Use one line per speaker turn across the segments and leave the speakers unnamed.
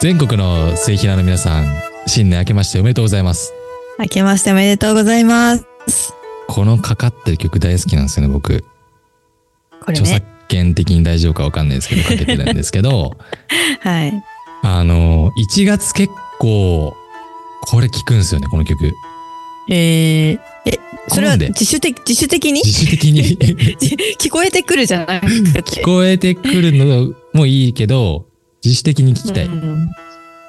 全国の末平の皆さん、新年明けましておめでとうございます。
明けましておめでとうございます。
このかかってる曲大好きなんですよね、僕。
これ
著
ね
作。権的に大丈夫かわかんないですけど、かけてるんですけ ど、
はい。
あの、1月結構、これ聞くんですよね、この曲。
えー、え、それ
好
は
んで
自主的、自主的に
自主的 に
聞こえてくるじゃなくて
聞。こえてくるのもいいけど、自主的に聞きたい。
うん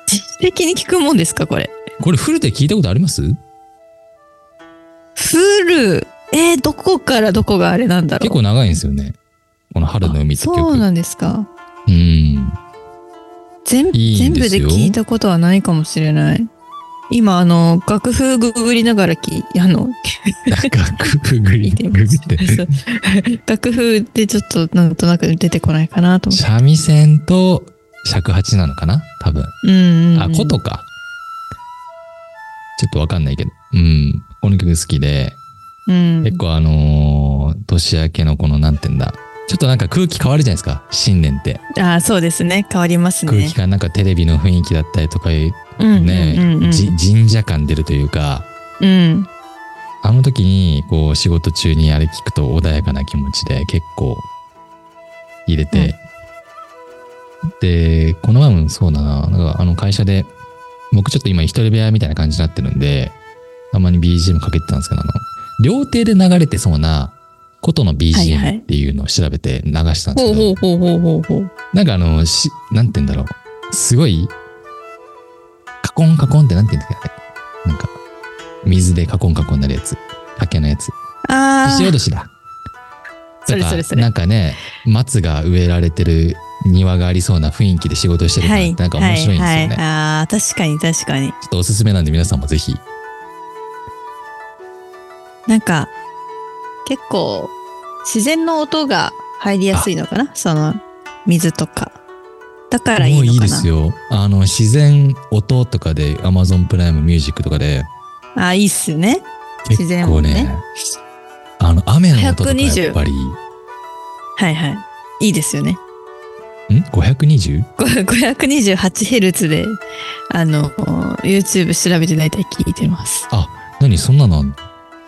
自主的に聞くもんですか、これ。
これフルで聞いたことあります
フル、えー、どこからどこがあれなんだろう。
結構長いんですよね。この春の海って曲。
そうなんですか。
うん。
全
いいん
全
で
部
す
で
よ
聞いたことはないかもしれない。今、あの、楽譜ググりながらき、あの、
なんか、ググ
聞
リ
いて
グ
み
グ
ま
っ。
してた。 楽譜でちょっとなんとなく出てこないかなと思って。
三味線と尺八なのかな多分。
うん、う ん。
あ、琴か。ちょっとわかんないけど。うん。この曲好きで、
うん。
結構あのー年明けのこの、なんてんだ。ちょっとなんか空気変わるじゃないですか。新年って。
あーそうですね。変わりますね。
空気感、なんかテレビの雰囲気だったりとかいう
うん
ね、
うんうんうん
じ神社感出るというか、
うん。
あの時に、こう、仕事中にあれ聞くと穏やかな気持ちで結構入れて、で、この前もそうだな、なんかあの会社で、僕ちょっと今一人部屋みたいな感じになってるんで、たまに BGM かけてたんですけど、あの、料亭で流れてそうな、ことの
はいはい
BGM っていうのを調べて流したんですけど、
ほうほうほうほうほうほう。
なんかあの、し、なんて言うんだろう。すごい、カコンカコンってなんて言うんですかね。なんか、水でカコンカコンになるやつ。竹のやつ。
あ
石
あ
落。としだ。
それ
とか
それそれ
なんかね、松が植えられてる庭がありそうな雰囲気で仕事してるから、
はい。
なんか面白いんですよね。
はいはい、ああ、確かに確かに。
ちょっとおすすめなんで皆さんもぜひ。
なんか、結構、自然の音が入りやすいのかなその、水とか。だからいい
も
の
う
かな。
いいですよ。あの、自然音とかで Amazon プライムミュージックとかで、
あーいいっすよね。自
結
然
構
音
ね、
ね
あの、雨の音とかやっぱり、
はいはい。いいですよね。
ん ?520?
528ヘルツで、あの、YouTube 調べて大体聞いてます。
何そんなのあんの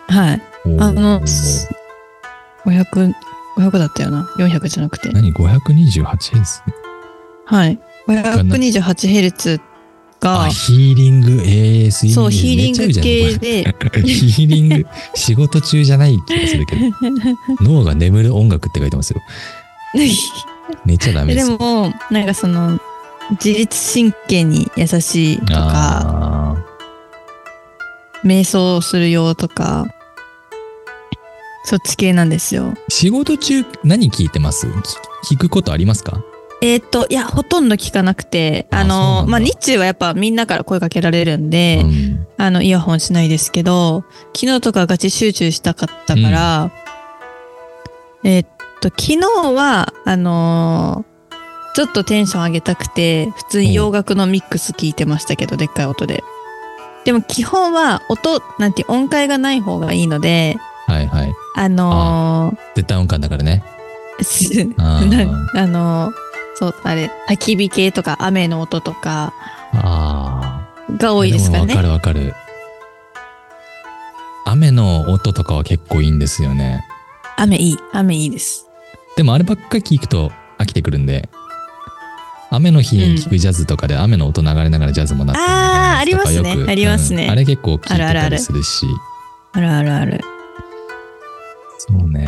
はい。
おー
あの、500、500だったよな。400じゃなくて。
何 ?528 ヘルツ
はい。528ヘルツ
あ、
が、
ヒーリング ASMR。
そう、ヒーリング系
で。
で、
ヒーリング、仕事中じゃない気がする けど。脳が眠る音楽って書いてますよ。寝ちゃダメ
で
ですよ。
も、なんかその、自律神経に優しいとか、
あ
瞑想するよとか、そっち系なんですよ。
ー仕事中何聞いてますき聞くことありますか
えーっと、いや、ほとんど聞かなくて、
あ
あ
そうなん
の、
だ
まあ、日中はやっぱみんなから声かけられるんで、
うん
あの、イヤホンしないですけど、昨日とかガチ集中したかったから、えーっと、昨日は、あのーちょっとテンション上げたくて、普通に洋楽のミックス聞いてましたけど、でっかい音で。でも基本は音、なんて音階がない方がいいので、
はいはい。
あの
絶対音感だからね。
ーす
あ
な
ー
あのーそう、あれ、焚き火系とか雨の音とか
あ
が
ー。
多いですか
もわか
ね。
るわかる。雨の音とかは結構いいんですよね。
雨いい、雨いいです。
でもあればっかり聞くと飽きてくるんで、雨の日に聞くジャズとかで雨の音流れながらジャズもなってるみたいな
あーありますね
やつとかよく
ありますね
うんあれ結構聞いて
あるある
た
あ
り
る
するし、
あるあるある。
そうね。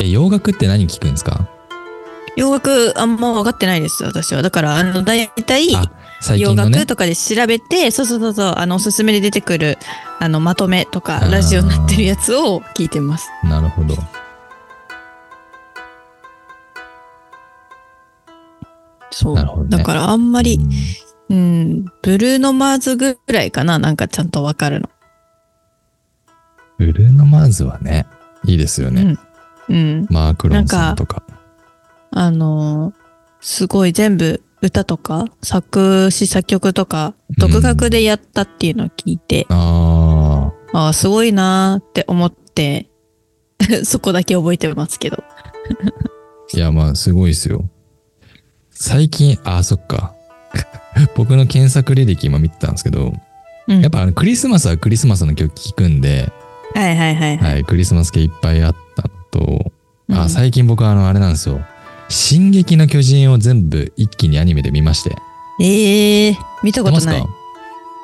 え、洋楽って何聞くんですか
洋楽あんま分かってないです、私は。だから、あの、大体、
あ、最
洋
近のね
楽。とかで調べて、そうそうそうそう、あの、おすすめで出てくる、あの、まとめとか
あ、ー
ラジオになってるやつを聞いてます。
なるほど。
そう。
なるほどね
だから、あんまり
う、ん
うん、ブルーノマーズぐらいかな、なんかちゃんと分かるの。
ブルーノ・マーズはね、いいですよね。
うん。
マーク・ロンさんとか。
あのーすごい全部、歌とか、作詞作曲とか、独学でやったっていうのを聞いて、
あ
ああ、すごいなーって思って、 そこだけ覚えてますけど。
あ、いや、まあ、すごいですよ。最近、あ、そっか。 僕の検索履歴今見てたんですけど、
うん
やっぱあのクリスマスはクリスマスの曲聴くんで、
はいはいはいはい。
はい、クリスマス系いっぱいあったのと、
う
あ、
ん
最近僕はあの、あれなんですよ。進撃の巨人を全部一気にアニメで見まして。
ええー、見た
見て
こ
ま
と
す
ない。い
か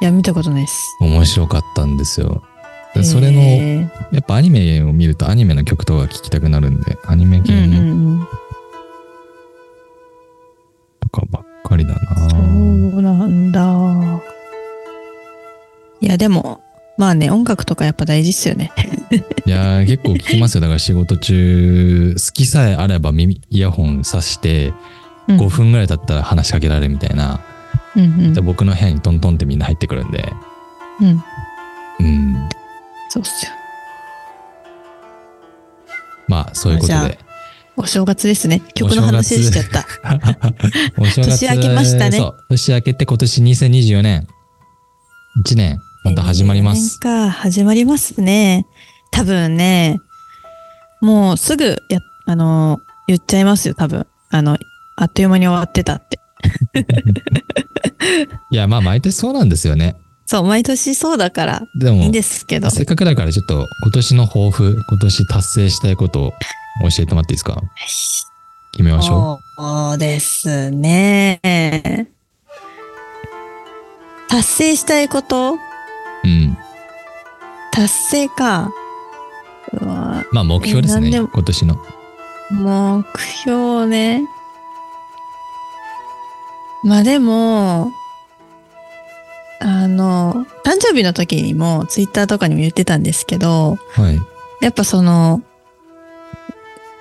や、見たことないです。
面白かったんですよ。でそれの、
え
やっぱアニメを見るとアニメの曲とか聴きたくなるんで、アニメ
ーう
系
んう
の
んうん。
とかばっかりだな、
そうなんだ。いや、でも、まあね、音楽とかやっぱ大事っすよね。
いやー、結構聞きますよ。だから仕事中、好きさえあれば耳、イヤホンさして、
うん
5分ぐらい経ったら話しかけられるみたいな。
うんうん
で、僕の部屋にトントンってみんな入ってくるんで。
うん。
うん。
そうっすよ。
まあ、そういうこと
じゃあ
で。
お正月ですね。曲の話しちゃった。
お正月
年明けましたね
そう。年明けて今年2024年。1年、 また始まります。
なんか、始まりますね。多分ね、もうすぐ、や、あの、言っちゃいますよ、多分。あの、あっという間に終わってたって。
いや、まあ、毎年そうなんですよね。
そう、毎年そうだから、
で
いいん
も、
ですけど。
せっかくだからちょっと今年の抱負、今年達成したいことを教えてもらっていいですか決めましょう。
そうですね。達成したいこと
うん。
達成か。うわ
まあ目標ですね。
え何でも
今年の。
目標ね。まあでも、あの、誕生日の時にも、ツイッターとかにも言ってたんですけど、
はい。
やっぱその、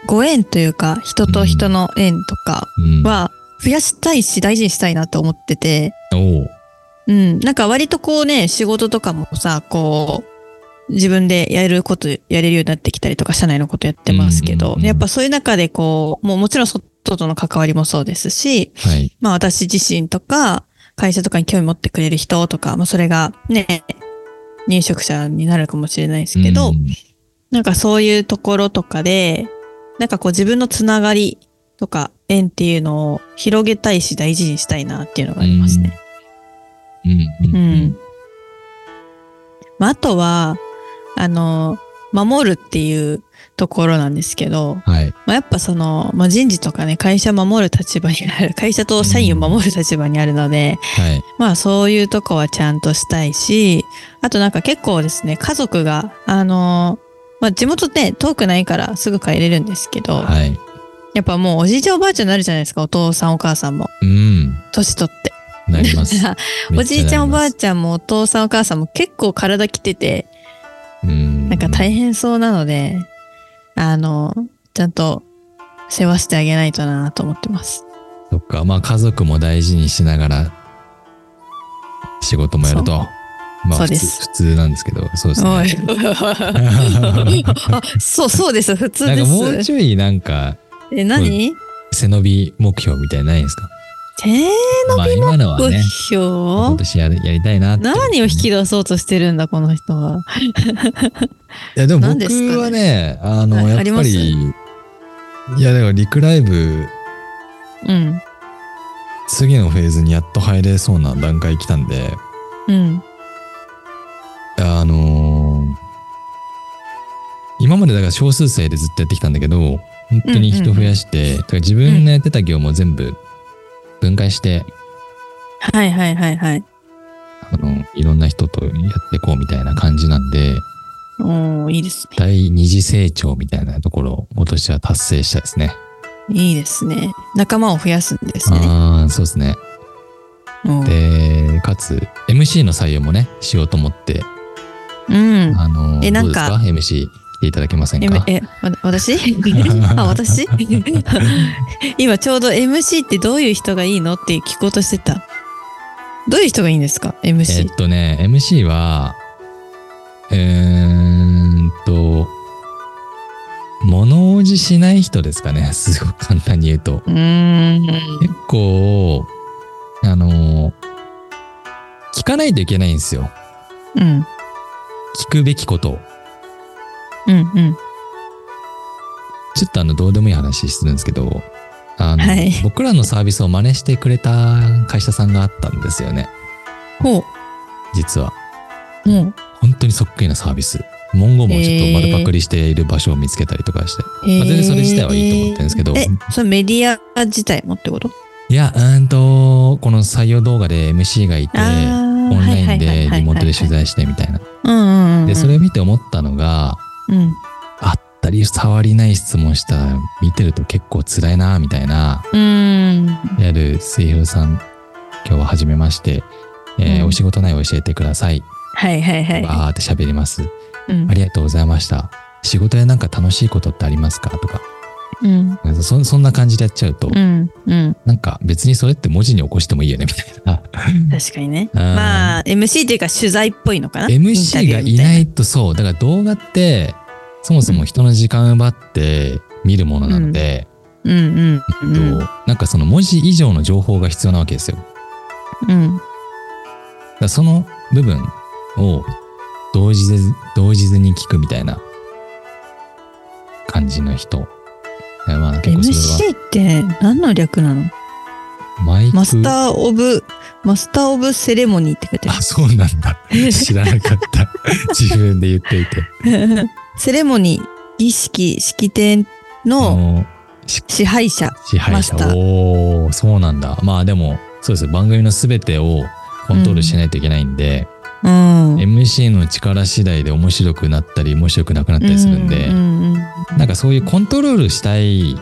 ご縁というか、人と人の縁とか
うん。
は、増やしたいし、大事にしたいなと思ってて、
おう
うん。なんか割とこうね、仕事とかもさ、こう、自分でやること、やれるようになってきたりとか、社内のことやってますけ
うん
ど
う、んうん
やっぱそういう中でこう、もうもちろん外との関わりもそうですし、
はい。
まあ私自身とか、会社とかに興味持ってくれる人とか、まあそれがね、入職者になるかもしれないですけど、
うん
なんかそういうところとかで、なんかこう自分のつながりとか縁っていうのを広げたいし大事にしたいなっていうのがありますね。
うん。
う
うん。
ん。まあ、あとは、あの、守るっていうところなんですけど、
はい。
まあ、やっぱその、まあ、人事とかね、会社を守る立場にある、会社と社員を守る立場にあるので、
はい。
まあそういうとこはちゃんとしたいし、あとなんか結構ですね、家族が、あの、まあ地元って遠くないからすぐ帰れるんですけど、
はい。
やっぱもうおじいちゃんおばあちゃんになるじゃないですか、お父さんお母さんも、
うん。
年取って。
なり ます。
おじいちゃんおばあ
ゃ
ちゃんもお父さんお母さんも結構体きてて、
ん。うん。
なんか大変そうなので、あの、ちゃんと世話してあげないとなと思ってます。
そっか。まあ家族も大事にしながら、仕事もやると。まあ
そう
普
で
通
す
普通なんですけど、そうですね。
おい あそう、そうです。普通
なん
で
かもう
す。
ちょいなんか
え、何
背伸び目標みたいなのないんですか
手
まあ今のは
目
ね、
標、
今年やるやりたいなって。
何を引き出そうとしてるんだ、この人は。
いやでも
何
僕
ですかね
はね、あ
は
の、
い
や
あり
っぱ
ます
り、いやだからリクライブ、
うん。
次のフェーズにやっと入れそうな段階来たんで、
うん。
あのー今までだから少数生でずっとやってきたんだけど、本当に人増やして、だから自分のやってた業も全部分解して、
はいはいはいはい。
あの、いろんな人とやっていこうみたいな感じなんで、
おーいいですね。
第二次成長みたいなところを今年は達成したいですね。
いいですね。仲間を増やすんですね。
ああ、そうですね。
うん
で、かつ、MC の採用もね、しようと思って、
うん。
あの、
えなん
ど
か
うですか ?MC 来ていただけません
M
か
え、わ私 あ、私 今ちょうど MC ってどういう人がいいのって聞こうとしてた。どういう人がいいんですか
え
?MC
っ。とね、MC は、えーんと、物おじしない人ですかね。 すごく簡単に言うと。
うーん。
結構、あの、聞かないといけないんですよ。
うん。
聞くべきことを。
うん。うん。
ちょっとあの、どうでもいい話するんですけど、あの、
はい
僕らのサービスを真似してくれた会社さんがあったんですよね
ほ
実は
う。も
本当にそっくりなサービス文言もちょっと丸パクリしている場所を見つけたりとかして、
う。へー
まあ全然それ自体はいいと思ってるんですけど
え、それメディア自体もってこと
いやうーんとこの採用動画で MC がいてオ
あー
ンライン
はいはいはいはい
で
はい
リモートで取材してみたいな
うんうんうん。
でそれを見て思ったのが
うん。
あったり触りない質問したら見てると結構辛いなみたいな
うん。
やる水平さん、今日は初めまして、えー
うん
お仕事内容教えてください。
はいはいはい。
わーって喋ります。
うん
ありがとうございました。仕事でなんか楽しいことってありますかとか
うん。
そ、そんな感じでやっちゃうと、
うん。うん。
なんか別にそれって文字に起こしてもいいよね、みたいな。
確かにね。
うん
まあ、MC っていうか取材っぽいのかな
MC がいないとそう、だから動画って、そもそも人の時間奪って見るものなので、
うんうん
えっとなんかその文字以上の情報が必要なわけですよ。
うん。
だからその部分を同時で、同時に聞くみたいな感じの人。いやまあ結構それ
MC って何の略なの
はマイク。
マスター・オブ、マスター・オブ・セレモニーって書いてあ
あ、そうなんだ。知らなかった。 自分で言っていて。
る。 セレモニー、儀式、式典
あ
の
の
支配者。
支配者
マスタ。ー
おお、そうなんだ。まあでも、そうです。番組のすべてをコントロールしないといけないんで、
うん。
MC の力次第で面白くなったり、面白くなくなったりするんで、
ううんうん
なんかそういうコントロールしたい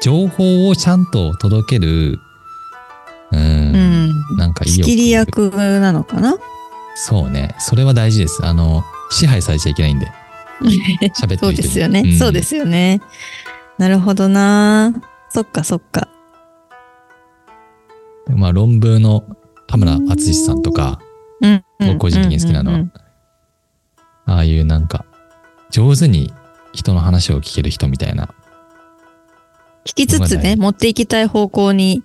情報をちゃんと届ける、う、
うんん。
なんかいい
仕切り役なのかな
そうね。それは大事です。あの、支配されちゃいけない んで、喋ってる人に
そうですよね、
ん
そうですよね。なるほどな。そっかそっか。
まあ論文の田村淳さんとか、
うん。うん
僕個人的に好きなのは
うん
ああいうなんか、上手に人の話を聞ける人みたいな。
聞きつつ
僕は大
ね、持っていきたい方向に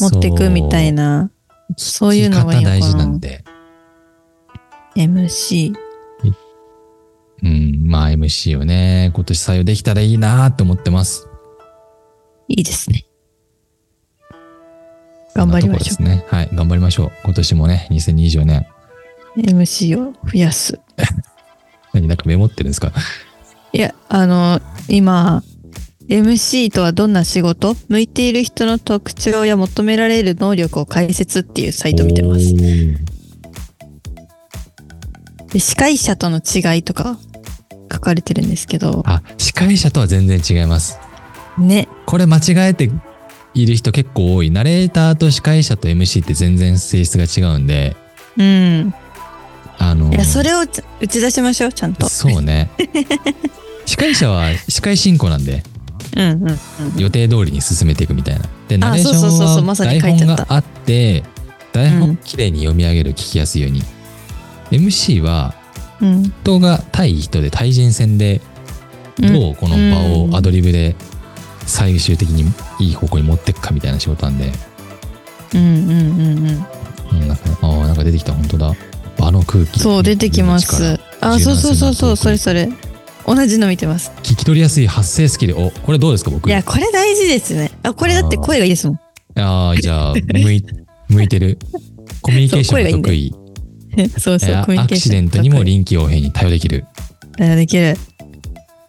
持ってくみたいな。
そ。
そういうのがいいのかな
聞き方大事なんで。
MC。
うん、まあ MC をね、今年採用できたらいいなと思ってます。
いいですね。頑張りましょ
そんなとこですね。はい、頑張りましょう。今年もね、2024年。
う。MC を増やす。
何なんかメモってるんですか
いや、あの、今、MC とはどんな仕事向いている人の特徴や求められる能力を解説っていうサイト見てます。で司会者との違いとか書かれてるんですけど、
あ、司会者とは全然違います。
ね。
これ間違えている人結構多い。ナレーターと司会者と MC って全然性質が違うんで、
うん。
あの
いや、それをち打ち出しましょう、ちゃんと。
そう ね。司会者は司会進行なんで
うんうんうん。
予定通りに進めていくみたいな。で、ナレーショ
そうそうそうそ
ン
うま
は
さに
台
書いち
本
ゃった
があって、台本をきれいに読み上げる、聞きやすいように。MC は
うん。
人が対人で対人戦でどうこの場をアドリブで最終的にいい方向に持っていくかみたいな仕事なんで、
うんうんうんうん。
うん、なんかあーなんか出てきた本当だ場の空気
そう、出てきま
力
す。あ、そうそうそうそう、それそれ。同じの見てます。
聞き取りやすい発声スキルおこれどうですか僕
いや、これ大事ですね。あ、これだって声がいいですもん。
あーじゃあ向い向いてるコミュニケーションが
そう声が
得
い
意
そうそう、
えー
コミュ
ア
ニケ
ク
ー
シ
ション。
デントにも臨機応変に対応できる
あできる。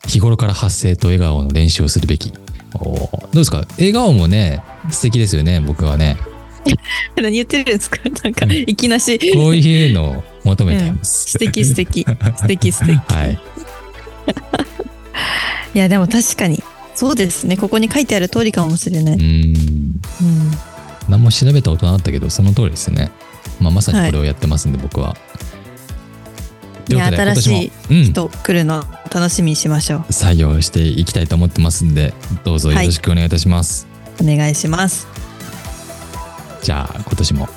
日頃から発声と笑顔の練習をするべきおーどうですか笑顔もね素敵ですよね僕はね
何言ってるんですか なんか、
うん
いきなし。
こういうのを求めています、
素敵素 敵。素敵素敵。
はい。
いや、でも確かに。そうですね。ここに書いてある通りかもしれな
う
い。
ーん。
うん。
何も調べたことなかったけど、その通りですね。まあ、まさにこれをやってますんで、僕は。と
いう
こ
や、
とで
新しい
今年も、
人来るの楽しみにしましょう。
うん、採用していきたいと思ってますんで、どうぞよろしくお願いいたします。
お願いします。
じゃあ、今年も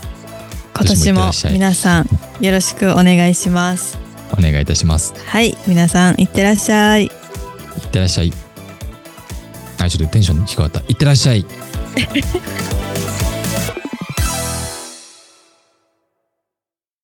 今年
今年もいってら
も
っしゃい
皆さんよろしくお願いします。
お願いいたします。
はい、皆さんいってらっしゃい。
いってらっしゃい。あ、ちょっとテンション低かった。いってらっしゃい。